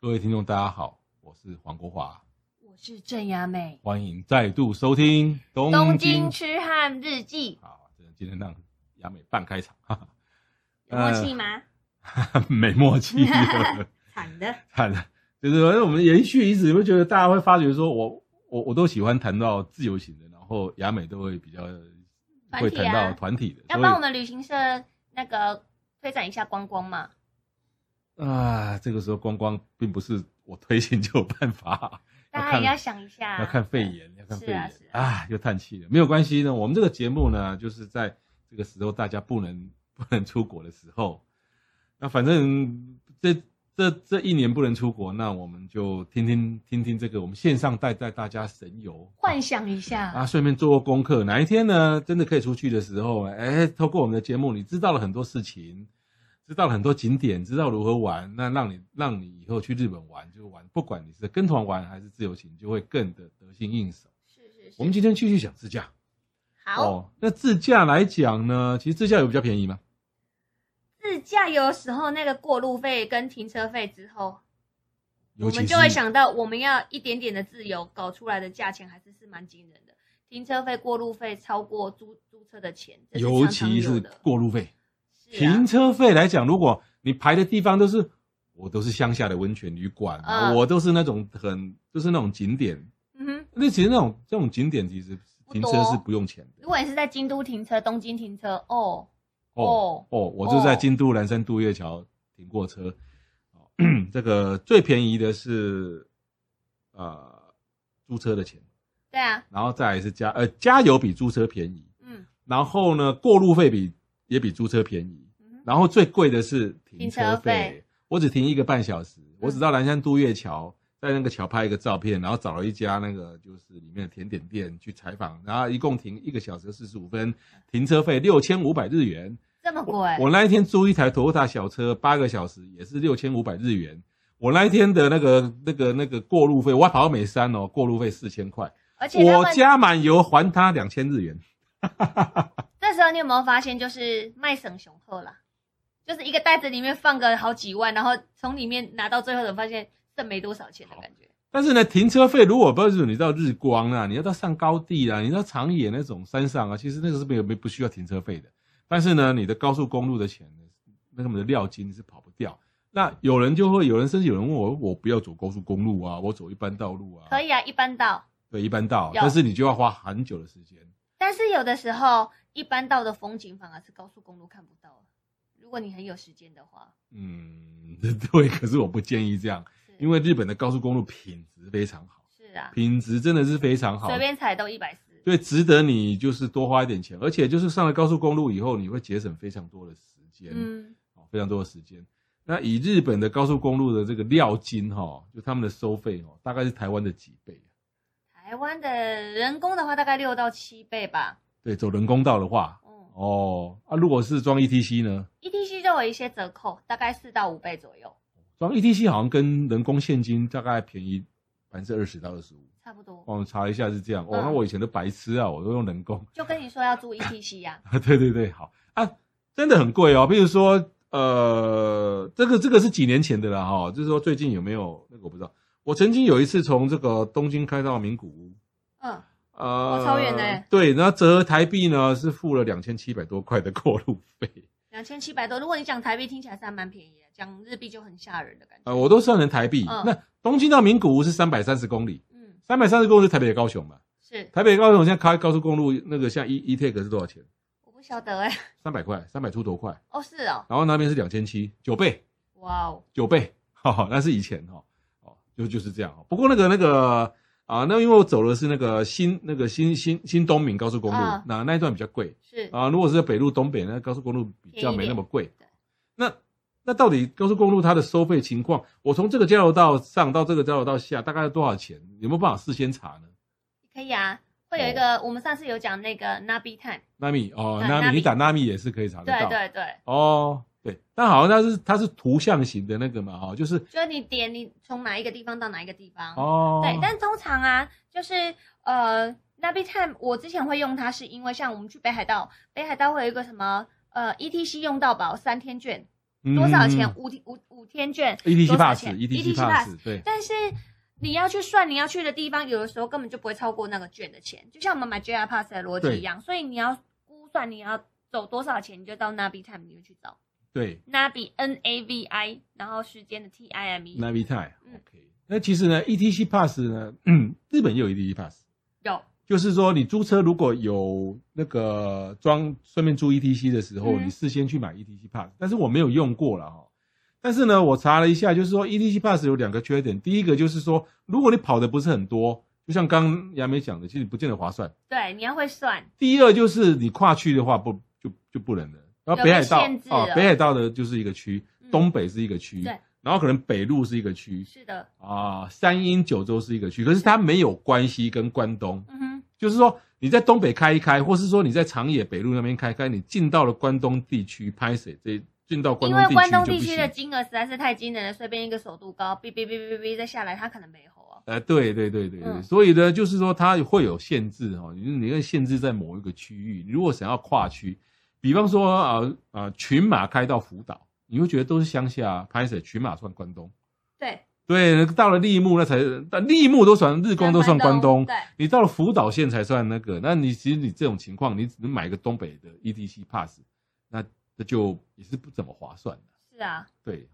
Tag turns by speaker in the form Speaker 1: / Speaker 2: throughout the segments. Speaker 1: 各位听众，大家好，我是黄国华，
Speaker 2: 我是郑雅美，
Speaker 1: 欢迎再度收听《东
Speaker 2: 东京痴汉日记
Speaker 1: 好，这今天让雅美半开场，哈哈》
Speaker 2: 有
Speaker 1: 嗯
Speaker 2: 默契吗？
Speaker 1: 没默契了，
Speaker 2: 惨的，
Speaker 1: 惨了。就是反正我们延续一直，你会觉得大家会发觉说我我我都喜欢谈到自由行的，然后雅美都会比较
Speaker 2: 团体啊
Speaker 1: 会谈到团体的，
Speaker 2: 要帮我们旅行社那个推展一下观光嘛？
Speaker 1: 所以啊，这个时候观光并不是我推行就有办法，
Speaker 2: 大家
Speaker 1: 看
Speaker 2: 也要想一下，
Speaker 1: 要看肺炎，要看肺炎
Speaker 2: 是啊是啊
Speaker 1: 啊，又叹气了。没有关系呢，我们这个节目呢，就是在这个时候大家不能不能出国的时候，那反正这这这一年不能出国，那我们就听听听听这个，我们线上带带大家神游。
Speaker 2: 幻想一下，
Speaker 1: 啊，顺便做做功课。哪一天呢，真的可以出去的时候，哎，透过我们的节目，你知道了很多事情，知道了很多景点，知道如何玩，那让你让你以后去日本玩就玩，不管你是跟团玩还是自由行，就会更的得心应手。
Speaker 2: 是是是，
Speaker 1: 我们今天继续讲自驾
Speaker 2: 好，
Speaker 1: 哦。那自驾来讲呢，其实自驾有比较便宜吗？
Speaker 2: 自驾游的时候那个过路费跟停车费之后，我
Speaker 1: 尤其
Speaker 2: 们
Speaker 1: 是
Speaker 2: 就会想到我们要一点点的自由搞出来的价钱还是是蛮惊人的，停车费、过路费超过租租车的钱，这是
Speaker 1: 尤
Speaker 2: 常常
Speaker 1: 其
Speaker 2: 有
Speaker 1: 是
Speaker 2: 的
Speaker 1: 过路费、
Speaker 2: 是啊
Speaker 1: 停车费来讲，如果你排的地方都是。我都是乡下的温泉旅馆，
Speaker 2: 嗯
Speaker 1: 我都是那种很就是那种景点，
Speaker 2: 嗯哼。
Speaker 1: 那其实那种这种景点，其实
Speaker 2: 不
Speaker 1: 停
Speaker 2: 多
Speaker 1: 车是不用钱的。
Speaker 2: 如果你是在京都停车、东京停车，哦，
Speaker 1: 哦
Speaker 2: 哦
Speaker 1: 哦，我就在京都岚山渡月桥停过车。哦 这个最便宜的是呃租车的钱，
Speaker 2: 对啊，
Speaker 1: 然后再来是加呃加油比租车便宜，
Speaker 2: 嗯
Speaker 1: 然后呢过路费比也比租车便宜，
Speaker 2: 嗯哼，
Speaker 1: 然后最贵的是停
Speaker 2: 停
Speaker 1: 车
Speaker 2: 车费嗯
Speaker 1: 费。我只停一个半小时，我只到岚山渡月桥，在那个桥拍一个照片，然后找了一家那个就是里面的甜点店去采访，然后一共停一个小时四十五分，停车费六千五百日元。
Speaker 2: 这么贵，
Speaker 1: 我那一天租一台 Toyota 小车，八个小时也是六千五百日元。我那一天的那个那个那个过路费，我还跑到美山哦，过路费四千块，
Speaker 2: 而且他
Speaker 1: 我
Speaker 2: 们
Speaker 1: 加满油还他两千日元。
Speaker 2: 这时候你有没有发现，就是卖省雄鹤啦，就是一个袋子里面放个好几万，然后从里面拿到最后的发现剩没多少钱的感觉。
Speaker 1: 但是呢，停车费如果不是你到日光啊，你要到上高地啊，你到长野那种山上啊，其实那个是没有没不需要停车费的。但是呢，你的高速公路的钱呢，那个我们的料金是跑不掉。那有人就会有人甚至有人问我，我不要走高速公路啊，我走一般道路啊，
Speaker 2: 可以啊，一般道，
Speaker 1: 对一般道，
Speaker 2: 有
Speaker 1: 但是你就要花很久的时间。
Speaker 2: 但是有的时候一般道的风景反而是高速公路看不到了。如果你很有时间的话，
Speaker 1: 嗯， 对，可是我不建议这样，
Speaker 2: 是
Speaker 1: 因为日本的高速公路品质非常好，
Speaker 2: 是啊，
Speaker 1: 品质真的是非常好，
Speaker 2: 随便踩都一百四，
Speaker 1: 对，值得你就是多花一点钱，而且就是上了高速公路以后，你会节省非常多的时间，
Speaker 2: 嗯，
Speaker 1: 哦，非常多的时间。那以日本的高速公路的这个料金哈、哦，就他们的收费哦，大概是台湾的几倍。啊
Speaker 2: 台湾的人工的话大概六到七倍吧，
Speaker 1: 对，走人工道的话，
Speaker 2: 嗯
Speaker 1: 哦，啊，如果是装 ETC 呢？
Speaker 2: ，ETC 就有一些折扣，大概四到五倍左右，
Speaker 1: 装 ETC 好像跟人工现金大概便宜百分之二十到二十五。
Speaker 2: 差不多。
Speaker 1: 哦，查一下是这样。哦，
Speaker 2: 嗯
Speaker 1: 那我以前都白痴啊，我都用人工。
Speaker 2: 就跟你说要租 ETC 呀、
Speaker 1: 啊， 对对对，好啊，真的很贵哦。比如说，呃，这个这个是几年前的了哈、就是说最近有没有那个我不知道。我曾经有一次从这个东京开到名古屋，
Speaker 2: 嗯，
Speaker 1: 呃，
Speaker 2: 哦超远的欸
Speaker 1: 对，然后折合台币呢是付了两千七百多块的过路费，
Speaker 2: 两千七百多。如果你讲台币，听起来是还蛮便宜的；讲日币就很吓人的感觉。
Speaker 1: 呃，我都算成台币。
Speaker 2: 嗯
Speaker 1: 那东京到名古屋是三百三十公里，
Speaker 2: 嗯，
Speaker 1: 三百三十公里是台北高雄嘛？
Speaker 2: 是，
Speaker 1: 台北高雄现在开高速公路那个像 E E take 是多少钱？
Speaker 2: 我不晓得哎、
Speaker 1: 三百块，三百出头块，
Speaker 2: 哦，是哦，
Speaker 1: 然后那边是两千七，九倍。
Speaker 2: 哇哦，
Speaker 1: 九倍，哈、哈，那是以前哈，哦，就就是这样哈。不过那个那个啊，那因为我走的是那个新那个新新新东闽高速公路，
Speaker 2: 啊
Speaker 1: 那那一段比较贵
Speaker 2: 是
Speaker 1: 啊。如果是在北路东北，那高速公路比较没那么贵
Speaker 2: 便宜一点对。
Speaker 1: 那那到底高速公路它的收费情况，我从这个交流道上到这个交流道下，大概要多少钱？有没有办法事先查呢？
Speaker 2: 可以啊，会有一个、我们上次有讲那个 Nabi Time，
Speaker 1: 纳米哦，
Speaker 2: 对
Speaker 1: 纳
Speaker 2: 纳
Speaker 1: 米，
Speaker 2: 米
Speaker 1: 你打纳米也是可以查得
Speaker 2: 对
Speaker 1: 到。
Speaker 2: 对对，
Speaker 1: 哦，对，那好像它是它是图像型的那个嘛，哦，就是
Speaker 2: 就是你点你从哪一个地方到哪一个地方。
Speaker 1: 哦，
Speaker 2: 对，但通常啊，就是呃，Navi Time 我之前会用它，是因为像我们去北海道，北海道会有一个什么呃 ETC 用到宝三天券，
Speaker 1: 嗯
Speaker 2: 多少钱？五天五五天券
Speaker 1: ？ETC
Speaker 2: 多少
Speaker 1: pass
Speaker 2: 钱 E
Speaker 1: ETC
Speaker 2: ETC
Speaker 1: pass 对，
Speaker 2: 但是你要去算你要去的地方，有的时候根本就不会超过那个券的钱，就像我们买 JR Pass 的逻辑一样，所以你要估算你要走多少钱，你就到 Navi Time 你就去找
Speaker 1: 对
Speaker 2: Navi N A V I，然后时间的 T I M E
Speaker 1: ，Navi Time
Speaker 2: 嗯
Speaker 1: OK。那其实呢，ETC，E pass 呢，嗯日本也有 ETC pass，
Speaker 2: 有
Speaker 1: 就是说，你租车如果有那个装顺便租 ETC 的时候，
Speaker 2: 嗯
Speaker 1: 你事先去买 E ETC Pass，但是我没有用过了哈。但是呢，我查了一下，就是说 E ETC Pass 有两个缺点，第一个就是说，如果你跑的不是很多，就像刚刚雅美讲的，其实不见得划算。
Speaker 2: 对，你要会算。
Speaker 1: 第二就是你跨区的话不就就不能了，然后北海道哦
Speaker 2: 有被限制了
Speaker 1: 北海道的就是一个区，
Speaker 2: 嗯
Speaker 1: 东北是一个区，
Speaker 2: 对
Speaker 1: 然后可能北路是一个区
Speaker 2: 是的，
Speaker 1: 啊，山阴九州是一个区，可是它没有关西跟关东。
Speaker 2: 嗯哼，
Speaker 1: 就是说你在东北开一开，或是说你在长野北路那边开一开，你进到了关东地区拍摄，这进到关
Speaker 2: 因
Speaker 1: 东
Speaker 2: 为
Speaker 1: 地
Speaker 2: 关
Speaker 1: 区
Speaker 2: 东
Speaker 1: 就不
Speaker 2: 地区的
Speaker 1: 行。
Speaker 2: 金额实在是太惊人了，随便一个首度高，哔哔哔哔哔再下来，他可能没吼哦。
Speaker 1: 呃，对对对对对，
Speaker 2: 嗯
Speaker 1: 所以呢，就是说它会有限制哈、哦，你你要限制在某一个区域，你如果想要跨区，比方说呃呃群马开到福岛，你会觉得都是乡下拍摄，群马算关东，
Speaker 2: 对，
Speaker 1: 对，到了立木那才，但立木都算日光都算关东，
Speaker 2: 对，
Speaker 1: 你到了福岛县才算那个，那你其实你这种情况，你只能买个东北的 ETC pass，那那就也是不怎么划算的，
Speaker 2: 是啊，
Speaker 1: 对。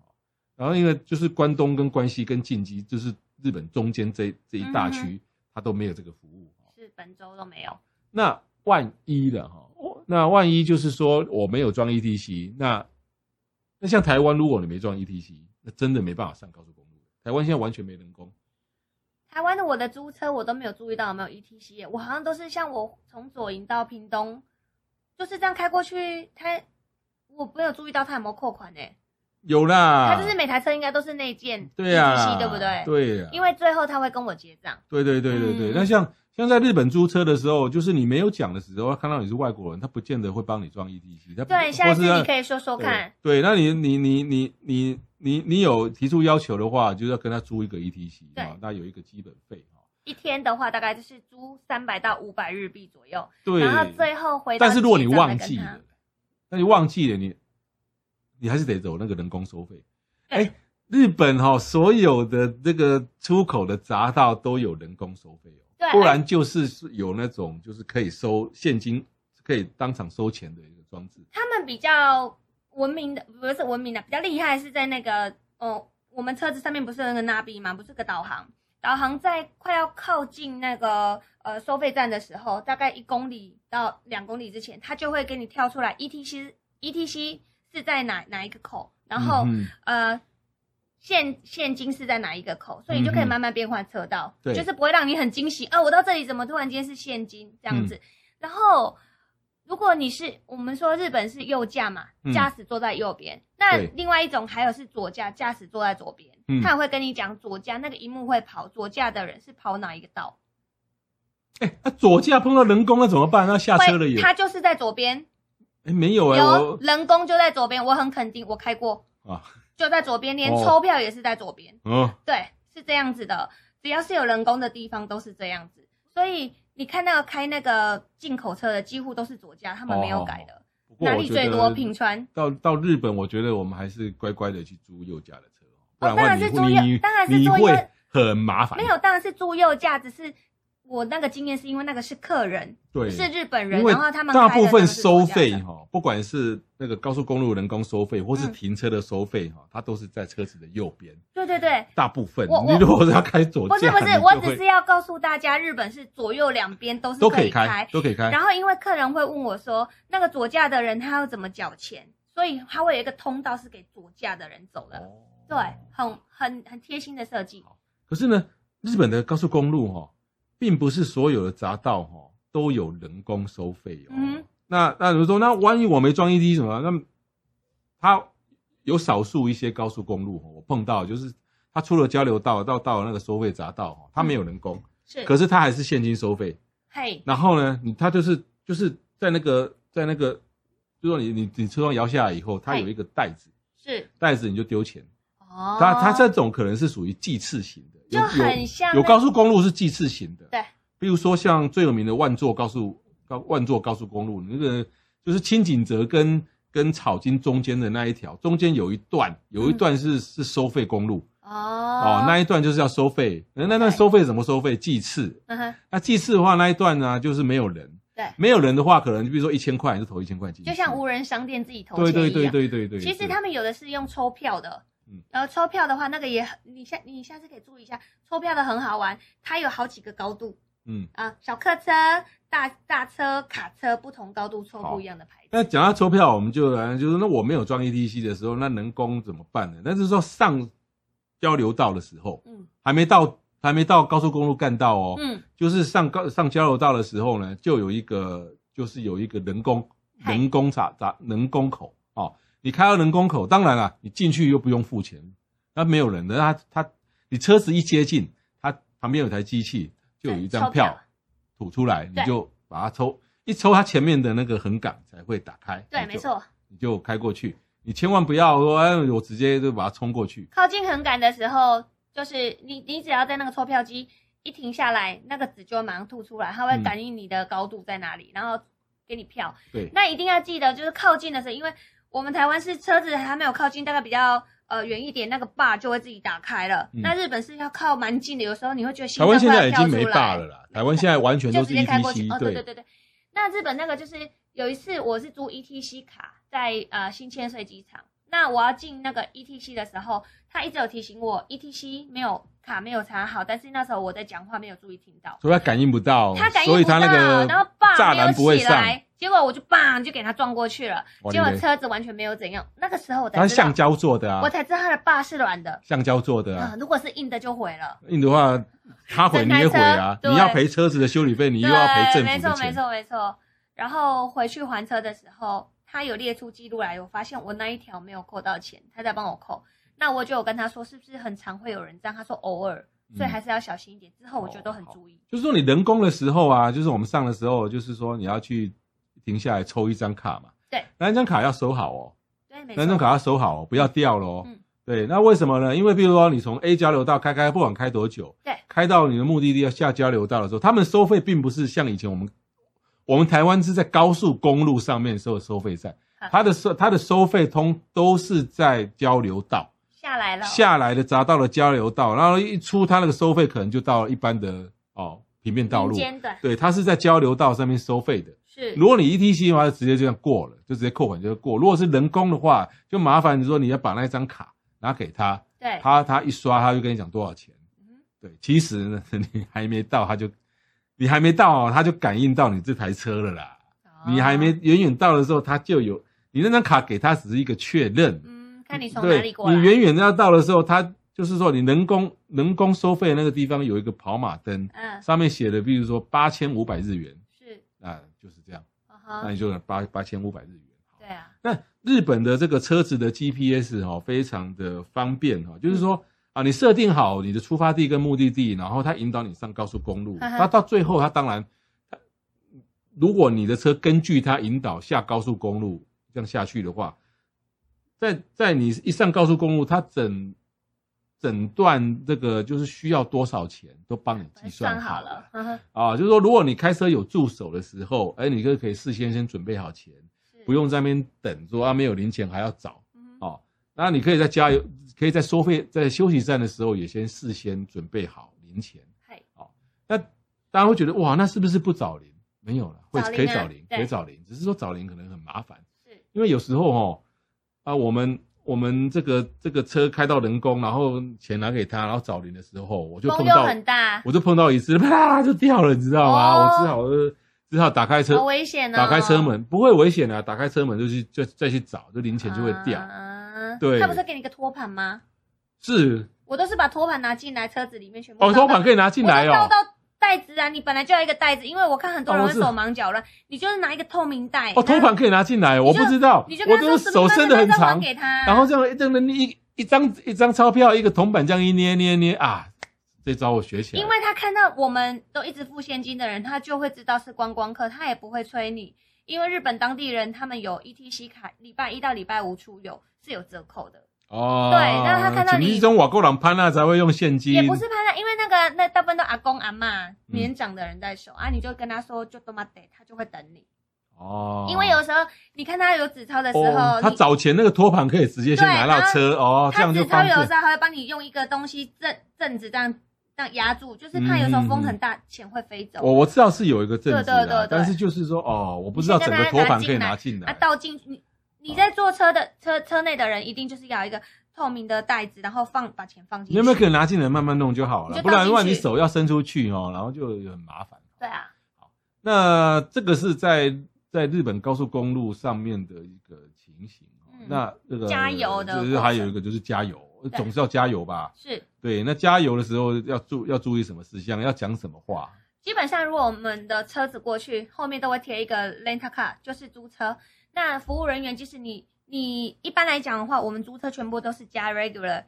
Speaker 1: 然后因为就是关东跟关西跟近畿，就是日本中间这这一大
Speaker 2: 嗯
Speaker 1: 区，它都没有这个服务。
Speaker 2: 是本周都没有。
Speaker 1: 那万一了哈，那万一就是说我没有装 ETC，那那像台湾，如果你没装 ETC，那真的没办法上高速公路。台湾现在完全没人工，
Speaker 2: 台湾的我的租车我都没有注意到有没有 ETC，耶我好像都是像我从左营到屏东，就是这样开过去，他我没有注意到他有没有扣款呢、
Speaker 1: 有啦，
Speaker 2: 他就是每台车应该都是内件
Speaker 1: 啊对呀、
Speaker 2: ETC 对不对？
Speaker 1: 对啊呀、
Speaker 2: 因为最后他会跟我结账，
Speaker 1: 对对对对对，
Speaker 2: 嗯
Speaker 1: 那像像在日本租车的时候，就是你没有讲的时候，他看到你是外国人，他不见得会帮你装 ETC，他不
Speaker 2: 对，下一次你可
Speaker 1: 以
Speaker 2: 以说说看，
Speaker 1: 对，对那你你你你你你你有提出要求的话，就是要跟他租一个 ETC
Speaker 2: 对
Speaker 1: 啊，那有一个基本费哦哈。
Speaker 2: 一天的话大概就是租三百到五百日币左右，
Speaker 1: 对，
Speaker 2: 然后最后回到
Speaker 1: 但是如果你
Speaker 2: 结账再
Speaker 1: 忘
Speaker 2: 跟
Speaker 1: 记
Speaker 2: 他
Speaker 1: 了，那你忘记了你，你还是得走那个人工收费。
Speaker 2: 对
Speaker 1: 哎，日本哈、所有的这个出口的匝道都有人工收费哦，
Speaker 2: 对
Speaker 1: 不然就是是有那种就是可以收现金，可以当场收钱的一个装置。
Speaker 2: 他们比较文明的，不是文明的，比较厉害是在那个，哦，我们车子上面不是有那个纳比吗？不是个导航，导航在快要靠近那个呃收费站的时候，大概一公里到两公里之前，它就会给你跳出来，E ETC ETC 是在哪哪一个口，然后、
Speaker 1: 嗯哼
Speaker 2: 呃。现现金是在哪一个口，所以你就可以慢慢变换车道，
Speaker 1: 嗯对
Speaker 2: 就是不会让你很惊喜啊！我到这里怎么突然间是现金这样子？
Speaker 1: 嗯
Speaker 2: 然后如果你是我们说日本是右驾嘛
Speaker 1: 嗯，
Speaker 2: 驾驶坐在右边，那
Speaker 1: 对
Speaker 2: 另外一种还有是左驾，驾驶坐在左边，
Speaker 1: 嗯
Speaker 2: 他也会跟你讲左驾那个荧幕会跑左驾的人是跑哪一个道，
Speaker 1: 哎，那、左驾碰到人工那怎么办？那下车了
Speaker 2: 会
Speaker 1: 也
Speaker 2: 他就是在左边，
Speaker 1: 哎没有哎、
Speaker 2: 有
Speaker 1: 我
Speaker 2: 人工就在左边，我很肯定，我开过
Speaker 1: 啊
Speaker 2: 就在左边，连
Speaker 1: 哦
Speaker 2: 抽票也是在左边，
Speaker 1: 嗯
Speaker 2: 对，是这样子的，只要是有人工的地方都是这样子，所以你看到开那个进口车的几乎都是左驾，他们没有改的，
Speaker 1: 哦不过
Speaker 2: 哪
Speaker 1: 我
Speaker 2: 里
Speaker 1: 觉
Speaker 2: 最多
Speaker 1: 得
Speaker 2: 品川。
Speaker 1: 到到日本，我觉得我们还是乖乖的去租右驾的车哦，不
Speaker 2: 哦
Speaker 1: 然的话
Speaker 2: 当然
Speaker 1: 你
Speaker 2: 是
Speaker 1: 会、
Speaker 2: 租右
Speaker 1: 你
Speaker 2: 当然是
Speaker 1: 你
Speaker 2: 租右
Speaker 1: 会很麻烦。
Speaker 2: 没有，当然是租右驾，只是我那个经验是因为那个是客人，
Speaker 1: 对，
Speaker 2: 是日本人，
Speaker 1: 因为
Speaker 2: 然后他们
Speaker 1: 大
Speaker 2: 开的
Speaker 1: 部分
Speaker 2: 那个是
Speaker 1: 收
Speaker 2: 左驾
Speaker 1: 费
Speaker 2: 的
Speaker 1: 哈，不管是那个高速公路人工收费，或是
Speaker 2: 嗯
Speaker 1: 停车的收费哈，它都是在车子的右边。
Speaker 2: 对对对，
Speaker 1: 大部分
Speaker 2: 我我
Speaker 1: 你如果是要开左
Speaker 2: 不是
Speaker 1: 驾，
Speaker 2: 不是，
Speaker 1: 你
Speaker 2: 我
Speaker 1: 就
Speaker 2: 只
Speaker 1: 会
Speaker 2: 是要告诉大家，日本是左右两边都是
Speaker 1: 都可以
Speaker 2: 以
Speaker 1: 开，都可以开
Speaker 2: 然。后因为客人会问我说，那个左驾的人他要怎么缴钱，所以他会有一个通道是给左驾的人走的，
Speaker 1: 哦
Speaker 2: 对，很很很贴心的设计。
Speaker 1: 可是呢，日本的高速公路哈、并不是所有的匝道哈、都有人工收费哦。
Speaker 2: 嗯
Speaker 1: 那那比如说，那万一我没装 ED 什么，那他有少数一些高速公路，我碰到就是它出了交流道到到那个收费匝道，它没有人工，
Speaker 2: 是，
Speaker 1: 可是它还是现金收费。
Speaker 2: 嘿，
Speaker 1: 然后呢，你它就是就是在那个在那个，就说你你你车窗摇下来以后，它
Speaker 2: 嘿
Speaker 1: 有一个袋子，
Speaker 2: 是
Speaker 1: 袋子你就丢钱。
Speaker 2: 哦，
Speaker 1: 它它这种可能是属于祭祀型的，有
Speaker 2: 就很像
Speaker 1: 有有
Speaker 2: 那
Speaker 1: 高速公路是祭祀型的，
Speaker 2: 对，
Speaker 1: 比如说像最有名的万座高速高万座高速公路，那个就是清景泽跟跟草金中间的那一条，中间有一段有一段是、是收费公路哦
Speaker 2: 哦，
Speaker 1: 那一段就是要收费，那那段
Speaker 2: 对
Speaker 1: 收费怎么收费？祭祀，
Speaker 2: 嗯哼，
Speaker 1: 那祭祀的话那一段呢、就是没有人，
Speaker 2: 对
Speaker 1: 没有人的话，可能比如说一千块你就投一千块进去，
Speaker 2: 就像无人商店自己投钱一
Speaker 1: 对
Speaker 2: 样。
Speaker 1: 对对对对对，
Speaker 2: 其实
Speaker 1: 对
Speaker 2: 他们有的是用抽票的
Speaker 1: 嗯，
Speaker 2: 然后抽票的话，那个也很你下你下次可以注意一下，抽票的很好玩，它有好几个高度
Speaker 1: 嗯。
Speaker 2: 啊、小客车、大大车、卡车不同高度抽
Speaker 1: 好
Speaker 2: 不一样的牌子。
Speaker 1: 那讲到抽票，我们就来，就是那我没有装 ETC 的时候，那能工怎么办呢？那就是说上交流道的时候，
Speaker 2: 嗯
Speaker 1: 还没到还没到高速公路干道哦，
Speaker 2: 嗯，
Speaker 1: 就是上高上交流道的时候呢，就有一个就是有一个人工
Speaker 2: 嗨
Speaker 1: 人工闸闸人工口哦，你开到人工口，当然啊啦，你进去又不用付钱，那没有人的，那他他你车子一接近，他旁边有台机器，就有一张
Speaker 2: 对抽
Speaker 1: 票
Speaker 2: 票
Speaker 1: 吐出来，你
Speaker 2: 对
Speaker 1: 就把它抽，一抽它前面的那个横杆才会打开，
Speaker 2: 对，
Speaker 1: 你就
Speaker 2: 没，错。
Speaker 1: 你就开过去，你千万不要说哎，我直接就把它冲过去，
Speaker 2: 靠近横杆的时候，就是你你只要在那个抽票机一停下来，那个纸就会马上吐出来，它会
Speaker 1: 嗯
Speaker 2: 感应你的高度在哪里，然后给你票。
Speaker 1: 对，
Speaker 2: 那一定要记得，就是靠近的时候，因为我们台湾是车子还没有靠近，大概比较呃远一点，那个坝就会自己打开了。
Speaker 1: 嗯
Speaker 2: 那日本是要靠蛮近的，有时候你会觉得心
Speaker 1: 台
Speaker 2: 脏
Speaker 1: 湾现
Speaker 2: 快
Speaker 1: 在
Speaker 2: 要
Speaker 1: 已
Speaker 2: 跳
Speaker 1: 经
Speaker 2: 出
Speaker 1: 没
Speaker 2: 来
Speaker 1: 大了，啦，台湾现在完全
Speaker 2: 就
Speaker 1: 都是
Speaker 2: 直
Speaker 1: E
Speaker 2: 接开过去。哦，
Speaker 1: ETC，
Speaker 2: 对对对对。那日本那个就是有一次我是租 ETC 卡在呃新千岁机场，那我要进那个 ETC 的时候，他一直有提醒我 ETC 没有卡没有查好，但是那时候我在讲话没有注意听到。
Speaker 1: 所以它感应不到，
Speaker 2: 他感应
Speaker 1: 哦所以
Speaker 2: 不到，
Speaker 1: 它那个
Speaker 2: 然后爸
Speaker 1: 栅栏不会
Speaker 2: 起
Speaker 1: 上，
Speaker 2: 来，结果我就棒就给他撞过去了，
Speaker 1: 哇
Speaker 2: 结果
Speaker 1: 你嘞
Speaker 2: 车子完全没有怎样。那个时候我
Speaker 1: 它
Speaker 2: 才
Speaker 1: 是
Speaker 2: 知道
Speaker 1: 橡，胶做的
Speaker 2: 我
Speaker 1: 啊，
Speaker 2: 才知道他的爸是软的
Speaker 1: 橡胶做的
Speaker 2: 啊、
Speaker 1: 啊，
Speaker 2: 如果是硬的就毁了。
Speaker 1: 硬的话它毁
Speaker 2: 整
Speaker 1: 你
Speaker 2: 台
Speaker 1: 也毁啊，
Speaker 2: 车
Speaker 1: 你要
Speaker 2: 对
Speaker 1: 赔车子的修理费，你
Speaker 2: 对，
Speaker 1: 又要赔政
Speaker 2: 没
Speaker 1: 府的
Speaker 2: 错没
Speaker 1: 钱，
Speaker 2: 错没错。然后回去还车的时候，他有列出记录来，我发现我那一条没有扣到钱，他在帮我扣。那我就有跟他说，是不是很常会有人这样？他说偶尔，所以
Speaker 1: 嗯
Speaker 2: 还是要小心一点。之后我就都很
Speaker 1: 哦好
Speaker 2: 注意。
Speaker 1: 就是说你人工的时候啊，就是我们上的时候，就是说你要去停下来抽一张卡嘛，
Speaker 2: 对，
Speaker 1: 那一张卡要收好哦，
Speaker 2: 对，没
Speaker 1: 那一张
Speaker 2: 错。
Speaker 1: 卡要收好哦，不要掉了哦
Speaker 2: 嗯。
Speaker 1: 对，那为什么呢？因为比如说你从 A 交流道开开，不管开多久，
Speaker 2: 对
Speaker 1: 开到你的目的地要下交流道的时候，他们收费并不是像以前我们我们台湾是在高速公路上面收的收费站
Speaker 2: 啊，
Speaker 1: 它的收它的收费通都是在交流道
Speaker 2: 下来了，
Speaker 1: 下来的匝道的交流道，然后一出它那个收费可能就到一般的哦平面道
Speaker 2: 民
Speaker 1: 路，
Speaker 2: 间的
Speaker 1: 对，它是在交流道上面收费的。
Speaker 2: 是
Speaker 1: 如果你 ETC 的话，就直接这样过了，就直接扣款就过。如果是人工的话，就麻烦你说你要把那张卡拿给他，
Speaker 2: 对，
Speaker 1: 他他一刷他就跟你讲多少钱。
Speaker 2: 嗯
Speaker 1: 对，其实呢，你还没到，他就你还没到、哦，他就感应到你这台车了啦。
Speaker 2: 哦
Speaker 1: 你还没远远到的时候，他就有你那张卡给他只是一个确认。
Speaker 2: 嗯，看你从
Speaker 1: 对
Speaker 2: 哪里过来。
Speaker 1: 你远远要到的时候，他就是说你人工人工收费的那个地方有一个跑马灯，
Speaker 2: 嗯，
Speaker 1: 上面写的，比如说八千五百日元
Speaker 2: 是，
Speaker 1: 啊，就是这样，
Speaker 2: 啊
Speaker 1: 那
Speaker 2: 哈，
Speaker 1: 你就八八千五百日元。
Speaker 2: 对啊，
Speaker 1: 那日本的这个车子的 GPS 哦，非常的方便哦，就是
Speaker 2: 嗯
Speaker 1: 说啊，你设定好你的出发地跟目的地，然后它引导你上高速公路，
Speaker 2: 哈哈
Speaker 1: 它到最后它当然，它如果你的车根据它引导下高速公路这样下去的话，在在你一上高速公路，它整整段这个就是需要多少钱都帮你计算
Speaker 2: 算
Speaker 1: 好
Speaker 2: 好
Speaker 1: 了
Speaker 2: 了，嗯哼，
Speaker 1: 啊，就是说如果你开车有助手的时候，哎，你就可以事先先准备好钱。
Speaker 2: 是
Speaker 1: 不，用在那边等，说啊没有零钱还要找
Speaker 2: 嗯哼
Speaker 1: 哦。那你可以在加油，可以在收费在休息站的时候也先事先准备好零钱。
Speaker 2: 嘿，
Speaker 1: 那大家会觉得哇，那是不是不找零？没有了，会
Speaker 2: 找零啊
Speaker 1: 可以找零，
Speaker 2: 对
Speaker 1: 可以找零，只是说找零可能很麻烦，
Speaker 2: 是，
Speaker 1: 因为有时候哦，啊我们我们这个这个车开到人工，然后钱拿给他，然后找零的时候，我就
Speaker 2: 风
Speaker 1: 碰
Speaker 2: 又
Speaker 1: 到
Speaker 2: 很大，
Speaker 1: 我就碰到一次，啪就掉了，你知道吗？
Speaker 2: 哦
Speaker 1: 我只好呃只好打开车，
Speaker 2: 好危险哦，
Speaker 1: 打开车门不会危险啊，打开车门就去就再去找，就零钱就会掉。
Speaker 2: 啊
Speaker 1: 对
Speaker 2: 他不是给你一个托盘吗？
Speaker 1: 是
Speaker 2: 我都是把托盘拿进来，车子里面全部
Speaker 1: 哦，
Speaker 2: 放到
Speaker 1: 托盘可以拿进来
Speaker 2: 我都
Speaker 1: 哦
Speaker 2: 倒。到袋子啊，你本来就要一个袋子，因为我看很多人
Speaker 1: 哦
Speaker 2: 会
Speaker 1: 我知
Speaker 2: 手
Speaker 1: 道
Speaker 2: 忙脚乱，你就是拿一个透明袋，
Speaker 1: 哦，头
Speaker 2: 然后
Speaker 1: 盘可以拿进来，我不知道
Speaker 2: 你就，跟
Speaker 1: 我
Speaker 2: 他
Speaker 1: 都
Speaker 2: 说
Speaker 1: 手伸的很
Speaker 2: 什么袋子再还
Speaker 1: 长，
Speaker 2: 给他，
Speaker 1: 然后这样一噔噔一一张一张钞票，一个铜板这样一捏捏捏啊，这招我学起来
Speaker 2: 因
Speaker 1: 了。
Speaker 2: 为他看到我们都一直付现金的人，他就会知道是观光客，他也不会催你。因为日本当地人他们有 ETC 卡，礼拜一到礼拜五出游是有折扣的，
Speaker 1: 哦，
Speaker 2: 对那他看到你
Speaker 1: 请一中瓦够朗潘娜才会用现金，
Speaker 2: 也不是怕他，因为那个那大部分都阿公阿
Speaker 1: 嗯
Speaker 2: 嬷年长的人在手、啊，你就跟他说就多么得，他就会等你。
Speaker 1: 哦，
Speaker 2: 因为有时候你看他有纸钞的时候，
Speaker 1: 哦，他
Speaker 2: 你
Speaker 1: 找钱那个托盘可以直接先
Speaker 2: 对
Speaker 1: 拿到
Speaker 2: 然后
Speaker 1: 车哦，这
Speaker 2: 他
Speaker 1: 样就
Speaker 2: 纸钞
Speaker 1: 方
Speaker 2: 有的
Speaker 1: 便
Speaker 2: 时。候还会帮你用一个东西正正子这样这样压住，
Speaker 1: 嗯
Speaker 2: 就是怕有时候风很大，钱会飞走。啊
Speaker 1: 我我知道是有一个政治
Speaker 2: 对对对
Speaker 1: 啊
Speaker 2: 对，
Speaker 1: 但是就是说哦，我不知道整个托盘可以拿进
Speaker 2: 啊，
Speaker 1: 来。
Speaker 2: 倒进去你你在坐车的车车内的人，一定就是要一个透明的袋子，然后放把钱放进
Speaker 1: 你
Speaker 2: 去。
Speaker 1: 有没有可以拿进来慢慢弄就好了？
Speaker 2: 你就
Speaker 1: 不然的话
Speaker 2: 倒进
Speaker 1: 你
Speaker 2: 去
Speaker 1: 手要伸出去哦，然后就很麻烦。
Speaker 2: 对啊，
Speaker 1: 那这个是在在日本高速公路上面的一个情形哦。
Speaker 2: 嗯
Speaker 1: 那这个
Speaker 2: 加油的
Speaker 1: 就是还有一个就是加油，
Speaker 2: 对
Speaker 1: 总是要加油吧？
Speaker 2: 是
Speaker 1: 对，那加油的时候要注要注意什么事项？要讲什么话？
Speaker 2: 基本上如果我们的车子过去，后面都会贴一个 rental car，就是租车。那服务人员即使你你一般来讲的话，我们租车全部都是加 regular。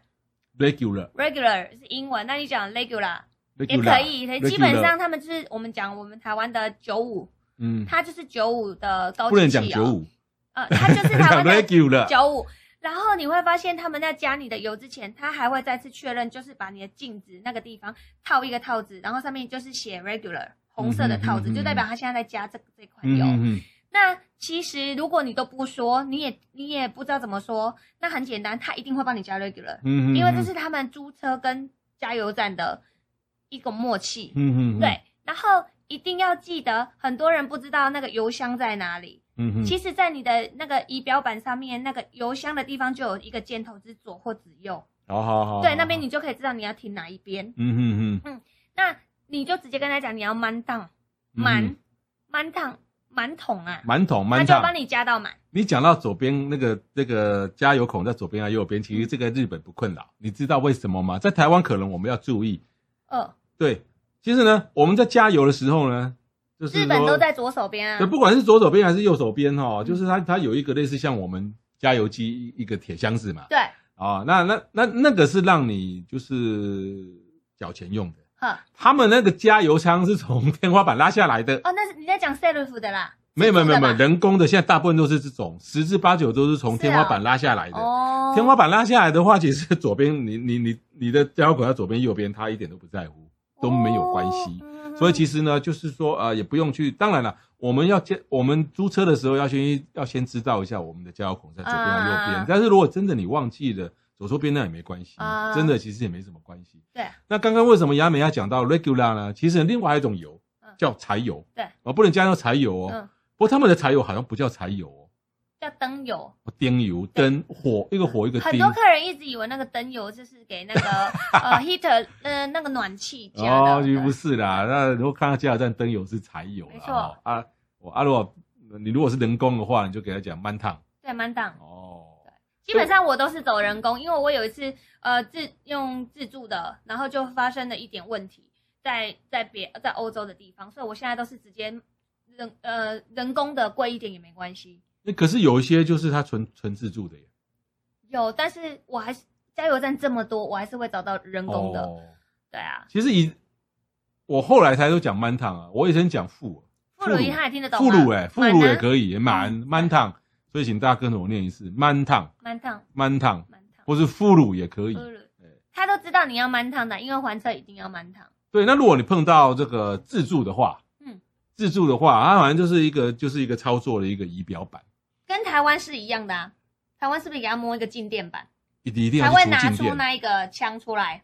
Speaker 1: regular
Speaker 2: regular 是英文，那你讲 regular 也
Speaker 1: regular
Speaker 2: 可以，基本上他们就是我们讲我们台湾的九五，
Speaker 1: 嗯，
Speaker 2: 它就是九五的高
Speaker 1: 不能
Speaker 2: 级
Speaker 1: 讲
Speaker 2: 汽
Speaker 1: 九
Speaker 2: 油，
Speaker 1: 五，
Speaker 2: 呃，它就是 台
Speaker 1: 讲
Speaker 2: 湾的
Speaker 1: regular
Speaker 2: 九五。然后你会发现，他们在加你的油之前，他还会再次确认，就是把你的镜子那个地方套一个套子，然后上面就是写 regular 红色的套
Speaker 1: 嗯
Speaker 2: 子，
Speaker 1: 哼嗯哼
Speaker 2: 就代表他现在在加这这块
Speaker 1: 嗯
Speaker 2: 油。
Speaker 1: 嗯嗯，
Speaker 2: 那其实如果你都不说，你也你也不知道怎么说，那很简单，他一定会帮你加 regular，、
Speaker 1: 嗯嗯，
Speaker 2: 因为这是他们租车跟加油站的一个默契。
Speaker 1: 嗯嗯，嗯，
Speaker 2: 对，然后一定要记得，很多人不知道那个油箱在哪里。
Speaker 1: 嗯嗯，
Speaker 2: 其实，在你的那个仪表板上面，那个油箱的地方就有一个箭头，是左或指右。
Speaker 1: 好哦好好，
Speaker 2: 对，那边
Speaker 1: 你，
Speaker 2: 你就可以知道你要停哪一边。
Speaker 1: 嗯嗯嗯，
Speaker 2: 那你就直接跟他讲，你要满档，
Speaker 1: 嗯
Speaker 2: 满满档满桶啊，
Speaker 1: 满桶
Speaker 2: 他
Speaker 1: 满
Speaker 2: 就
Speaker 1: 桶，
Speaker 2: 帮你加到满。
Speaker 1: 你讲到左边那个那个加油孔在左边啊右边，
Speaker 2: 嗯
Speaker 1: 其实这个日本不困扰，你知道为什么吗？在台湾可能我们要注意，
Speaker 2: 呃，
Speaker 1: 对，其实呢，我们在加油的时候呢，就是
Speaker 2: 日本
Speaker 1: 说
Speaker 2: 都。在左手边
Speaker 1: 对，
Speaker 2: 啊。
Speaker 1: 不管是左手边还是右手边哈、哦，就是它它有一个类似像我们加油机一一个铁箱子嘛，
Speaker 2: 对，
Speaker 1: 啊、那那那那个是让你就是缴钱用的。
Speaker 2: 呵，
Speaker 1: 他们那个加油枪是从天花板拉下来的，
Speaker 2: 哦，那是你在讲 self 的啦。
Speaker 1: 没有没有没有没有
Speaker 2: 自助的吧
Speaker 1: 人工的，现在大部分都是这种，十之八九都是从
Speaker 2: 是
Speaker 1: 天花
Speaker 2: 哦
Speaker 1: 板拉下来的。
Speaker 2: 哦，
Speaker 1: 天花板拉下来的话，其实左边你你你你的加油口在左边右边，他一点都不在乎，都没有关系。所以其
Speaker 2: 实
Speaker 1: 实呢，就是说呃，也不用去。当然了，我们要加我们租车的时候要先要先知道一下我们的加油孔在左边还是右边。
Speaker 2: 啊
Speaker 1: 但是如果真的你忘记了左手边那也没关系，
Speaker 2: 啊
Speaker 1: 真的其实也没什么关系。
Speaker 2: 对。
Speaker 1: 那刚刚为什么雅美要讲到 regular 呢？其实另外还有一种油
Speaker 2: 嗯
Speaker 1: 叫柴油，
Speaker 2: 对
Speaker 1: 哦，不能加到柴油哦。
Speaker 2: 嗯
Speaker 1: 不过他们的柴油好像不叫柴油哦，
Speaker 2: 叫灯油。
Speaker 1: 灯油
Speaker 2: 对
Speaker 1: 灯火一个火一个
Speaker 2: 很
Speaker 1: 丁
Speaker 2: 多。客人一直以为那个灯油就是给那个 呃 heater 呃那个暖气加的，
Speaker 1: 哦，其实不是啦，那如果看到加油站灯油是柴油啦，
Speaker 2: 没错
Speaker 1: 哦啊，我啊，如果你如果是人工的话，你就给他讲慢烫
Speaker 2: 对，满档。
Speaker 1: 哦，
Speaker 2: 基本上我都是走人工，因为我有一次呃自用自助的，然后就发生了一点问题，在在别在欧洲的地方，所以我现在都是直接人呃人工的贵一点也没关系。
Speaker 1: 那可是有一些就是它纯纯自助的耶，
Speaker 2: 有，但是我还是加油站这么多，我还是会找到人工的。
Speaker 1: 哦，
Speaker 2: 对啊，
Speaker 1: 其实以我后来才都讲慢烫啊，我以前讲副
Speaker 2: 副乳一他也听得懂
Speaker 1: 副
Speaker 2: 吗？
Speaker 1: 乳哎，副乳也可以满
Speaker 2: 满啊
Speaker 1: 慢烫，所以请大家跟着我念一次慢烫
Speaker 2: 满档
Speaker 1: 慢烫，
Speaker 2: 满档，
Speaker 1: 或是副乳也可以
Speaker 2: 副。乳
Speaker 1: 对
Speaker 2: 他都知道你要满档的，因为还车一定要满档。
Speaker 1: 对，那如果你碰到这个自助的话，嗯
Speaker 2: 嗯，
Speaker 1: 自助的话，它好像就是一个就是一个操作的一个仪表板。
Speaker 2: 跟台湾是一样的啊。台湾是不是给他摸一个静电板，
Speaker 1: 一定一定
Speaker 2: 才
Speaker 1: 要
Speaker 2: 会
Speaker 1: 去
Speaker 2: 拿
Speaker 1: 出
Speaker 2: 出
Speaker 1: 静电
Speaker 2: 那一个枪出来，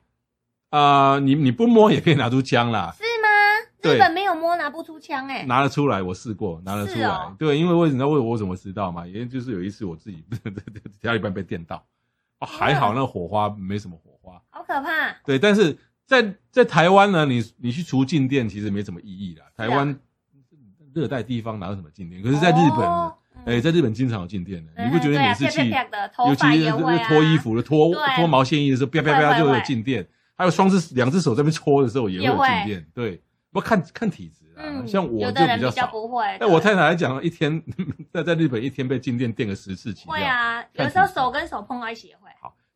Speaker 1: 啊、你你不摸也可以拿出枪啦，
Speaker 2: 是吗？
Speaker 1: 对
Speaker 2: 日本没有摸拿不出枪哎、
Speaker 1: 拿得出来，我试过，拿得出来。
Speaker 2: 哦
Speaker 1: 对，因为为什么为我怎么知道嘛？因为就是有一次我自己 加一半被电到，哦、还
Speaker 2: 嗯
Speaker 1: 好那火花没什么火花。
Speaker 2: 好可怕！
Speaker 1: 对，但是在在台湾呢，你你去除静电其实没什么意义啦。
Speaker 2: 啊
Speaker 1: 台湾热带地方哪有什么静电？可是在日本，哎、
Speaker 2: 哦
Speaker 1: 在日本经常有静电的，你不觉得每次去，
Speaker 2: 嗯对啊啪啪啪的头
Speaker 1: 尤
Speaker 2: 发
Speaker 1: 其
Speaker 2: 也
Speaker 1: 是
Speaker 2: 会啊，
Speaker 1: 脱衣服的脱
Speaker 2: 对
Speaker 1: 脱毛线衣的时候，啪啪
Speaker 2: 会
Speaker 1: 啪
Speaker 2: 会
Speaker 1: 就有
Speaker 2: 会
Speaker 1: 静电，还有双只两只手在那边搓的时候也会有
Speaker 2: 也会
Speaker 1: 静电，对，不看看体质啊，
Speaker 2: 嗯，
Speaker 1: 像我
Speaker 2: 有
Speaker 1: 就
Speaker 2: 的人
Speaker 1: 比较
Speaker 2: 较
Speaker 1: 少。
Speaker 2: 不会。
Speaker 1: 哎，我太太还讲，一天 在在日本一天被静电电个十次起跳。
Speaker 2: 会啊，
Speaker 1: 看
Speaker 2: 有时候
Speaker 1: 体质
Speaker 2: 手跟手碰到一起也会。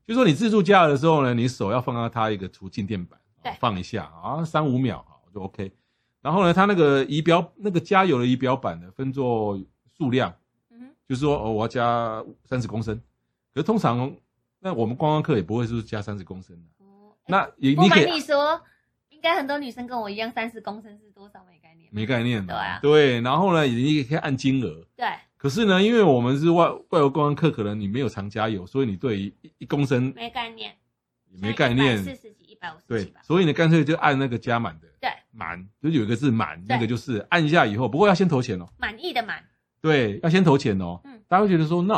Speaker 1: 就说你自助加热的时候呢，你手要放到它一个除静电板，
Speaker 2: 对
Speaker 1: 放一下啊，三五秒啊就 OK。然后呢，它那个仪表那个加油的仪表板呢，分作数量，
Speaker 2: 嗯
Speaker 1: 就是说哦，我要加三十公升。可是通常那我们观光客也不会说加三十公升的、
Speaker 2: 哼，哦
Speaker 1: 那也
Speaker 2: 哎不
Speaker 1: 你可
Speaker 2: 瞒
Speaker 1: 以
Speaker 2: 你说，应该很多女生跟我一样，三十公升是多少没概念。
Speaker 1: 没概念嘛，
Speaker 2: 对啊
Speaker 1: 对，然后呢，你也可以按金额。
Speaker 2: 对，
Speaker 1: 可是呢，因为我们是外外国观光客，可能你没有常加油，所以你对于一一公升
Speaker 2: 没概念，
Speaker 1: 也没概念，
Speaker 2: 四十几、一百五十几
Speaker 1: 对
Speaker 2: 吧，。
Speaker 1: 所以呢，干脆就按那个加满的。
Speaker 2: 对，
Speaker 1: 满就是有一个字满，
Speaker 2: 对
Speaker 1: 那个就是按一下以后，不过要先投钱哦。
Speaker 2: 满意的满，
Speaker 1: 对，要先投钱哦。
Speaker 2: 嗯
Speaker 1: 大家会觉得说，那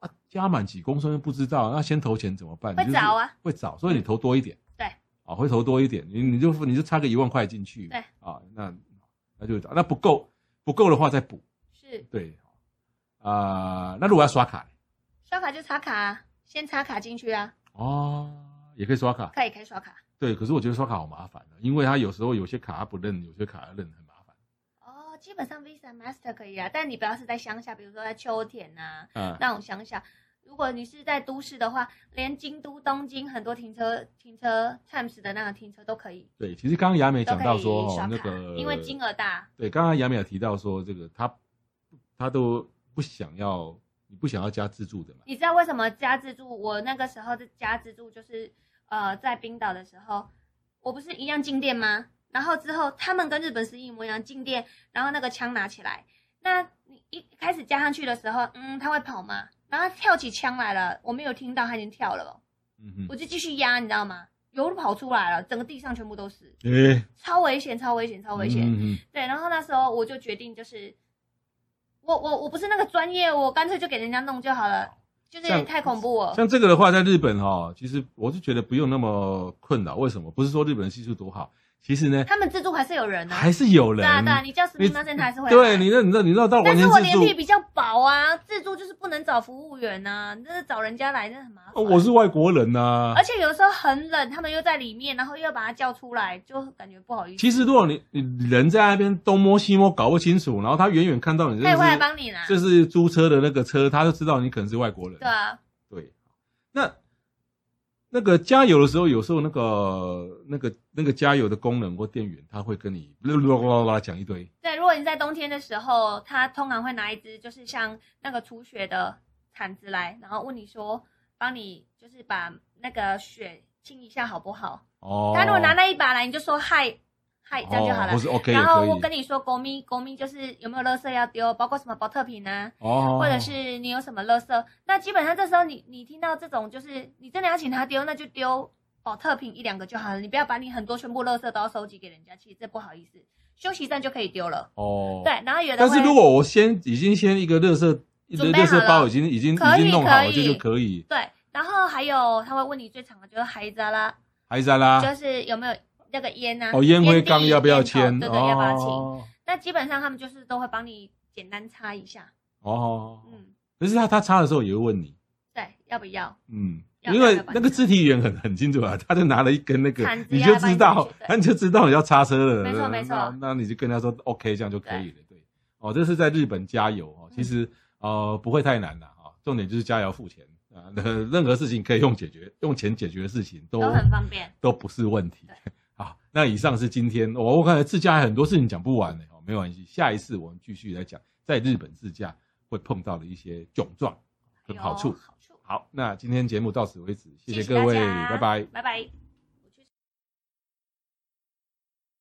Speaker 1: 啊加满几公升不知道，那先投钱怎么办？
Speaker 2: 会
Speaker 1: 你就是
Speaker 2: 找啊，
Speaker 1: 会找，所以你投多一点。
Speaker 2: 对，
Speaker 1: 啊，会投多一点，你你就你就差个一万块进去。
Speaker 2: 对
Speaker 1: 啊，那那就那不够，不够的话再补。
Speaker 2: 是
Speaker 1: 对，啊、那如果要刷卡
Speaker 2: 刷卡就插卡啊，先插卡进去啊，
Speaker 1: 哦，也可以刷卡。
Speaker 2: 可以可以刷卡。
Speaker 1: 对，可是我觉得刷卡好麻烦的，啊因为它有时候有些卡它不认，有些卡它认，很麻烦。
Speaker 2: 哦，基本上 Visa、Master 可以啊，但你不要是在乡下，比如说在秋田呐、
Speaker 1: 啊，
Speaker 2: 那种乡下。如果你是在都市的话，连京都、东京很多停车停车 Times 的那种停车都可以，
Speaker 1: 对，其实刚刚雅美
Speaker 2: 都
Speaker 1: 讲
Speaker 2: 可
Speaker 1: 到
Speaker 2: 以
Speaker 1: 说，
Speaker 2: 刷
Speaker 1: 哦
Speaker 2: 卡，
Speaker 1: 那个
Speaker 2: 因为金额大。
Speaker 1: 对，刚刚雅美有提到说，这个她她都不想要，你不想要加自助的嘛？
Speaker 2: 你知道为什么加自助？我那个时候是加自助，就是呃，在冰岛的时候，我不是一样进店吗？然后之后他们跟日本是一模一样进店，然后那个枪拿起来，那你一开始加上去的时候，嗯，他会跑吗？然后他跳起枪来了，我没有听到他已经跳了哦，
Speaker 1: 嗯
Speaker 2: 我就继续压，你知道吗？油跑出来了，整个地上全部都是，
Speaker 1: 哼，诶，
Speaker 2: 超危险，超危险，超危险。
Speaker 1: 嗯
Speaker 2: 对，然后那时候我就决定，就是我我我不是那个专业，我干脆就给人家弄就好了，就是有点
Speaker 1: 像
Speaker 2: 太恐怖哦
Speaker 1: 哼
Speaker 2: 了。
Speaker 1: 像这个的话，在日本哈、哦，其实我是觉得不用那么困扰。为什么？不是说日本的技术多好，其实呢，
Speaker 2: 他们自助还是有人呢、
Speaker 1: 还是有
Speaker 2: 对
Speaker 1: 人。
Speaker 2: 啊对啊，你叫 s t e
Speaker 1: 你
Speaker 2: a m 他还是会来
Speaker 1: 对你，那你那你那到完
Speaker 2: 但
Speaker 1: 全
Speaker 2: 是我
Speaker 1: 自
Speaker 2: 脸皮
Speaker 1: 助，
Speaker 2: 比较薄啊，自助就是不能找服务员呐、你这是找人家来，真的很麻烦。
Speaker 1: 哦我是外国人呐、
Speaker 2: 而且有时候很冷，他们又在里面，然后又要把他叫出来，就感觉不好意思。
Speaker 1: 其实，如果你你人在那边东摸西摸搞不清楚，然后他远远看到你、就是，
Speaker 2: 他也会来帮你啦。
Speaker 1: 这是租车的那个车，他就知道你可能是外国人。
Speaker 2: 对啊，
Speaker 1: 对那那个加油的时候，有时候那个那个那个加油的工人或店员，他会跟你啦啦啦啦讲一堆。
Speaker 2: 对，如果你在冬天的时候，他通常会拿一只就是像那个除雪的铲子来，然后问你说，帮你就是把那个雪清一下好不好？
Speaker 1: 哦，
Speaker 2: 他如果拿那一把来，你就说嗨嗨，这样就好了
Speaker 1: 哦、或。是 OK 也
Speaker 2: 然后
Speaker 1: 可
Speaker 2: 我跟
Speaker 1: 以。
Speaker 2: 你说，国民国民就是有没有垃圾要丢，包括什么保特瓶啊，
Speaker 1: 哦
Speaker 2: 或者是你有什么垃圾，那基本上这时候你你听到这种就是你真的要请他丢，那就丢保特瓶一两个就好了，你不要把你很多全部垃圾都要收集给人家，其实这不好意思，休息站就可以丢了。
Speaker 1: 哦，。
Speaker 2: 对，然后有的
Speaker 1: 但是
Speaker 2: 会
Speaker 1: 如果我先已经先一个垃圾一个
Speaker 2: 准备
Speaker 1: 垃
Speaker 2: 好了
Speaker 1: 圾包已经已经
Speaker 2: 可以
Speaker 1: 已经弄好了，
Speaker 2: 可
Speaker 1: 这
Speaker 2: 以
Speaker 1: 就可以。
Speaker 2: 对，然后还有他会问你最常的就是孩子啦，
Speaker 1: 还在啦
Speaker 2: 就。是有没有那个烟啊？
Speaker 1: 啊哦，烟灰
Speaker 2: 蒂
Speaker 1: 缸要不要
Speaker 2: 烟头
Speaker 1: 签？
Speaker 2: 对对，要不要清？
Speaker 1: 哦
Speaker 2: 那基本上他们就是都会帮你简单擦一下，
Speaker 1: 哦，
Speaker 2: 嗯，
Speaker 1: 可是他他擦的时候也会问你，
Speaker 2: 对，要不要？
Speaker 1: 嗯，
Speaker 2: 要
Speaker 1: 因
Speaker 2: 要
Speaker 1: 为
Speaker 2: 要把
Speaker 1: 那个肢体语言很很清楚啊，他就拿了一根那个
Speaker 2: 铲，子
Speaker 1: 你
Speaker 2: 呀
Speaker 1: 就知道
Speaker 2: 把你，
Speaker 1: 那你就知道你要刹车了。
Speaker 2: 没错没错
Speaker 1: 那那你就跟他说 OK，这样就可以了。对，哦，这是在日本加油哦，其
Speaker 2: 嗯
Speaker 1: 实呃不会太难的啊，重点就是加油付钱啊， 那任何事情可以用解决用钱解决的事情都
Speaker 2: 都很方便。
Speaker 1: 都不是问题。好，那以上是今天我我感觉自驾还很多事情讲不完呢，哦，没有关系，下一次我们继续来讲在日本自驾会碰到的一些窘状跟好处
Speaker 2: 哎有。好处，
Speaker 1: 好，那今天节目到此为止，谢谢
Speaker 2: 谢谢
Speaker 1: 各位，
Speaker 2: 大家
Speaker 1: 拜拜。
Speaker 2: 拜拜。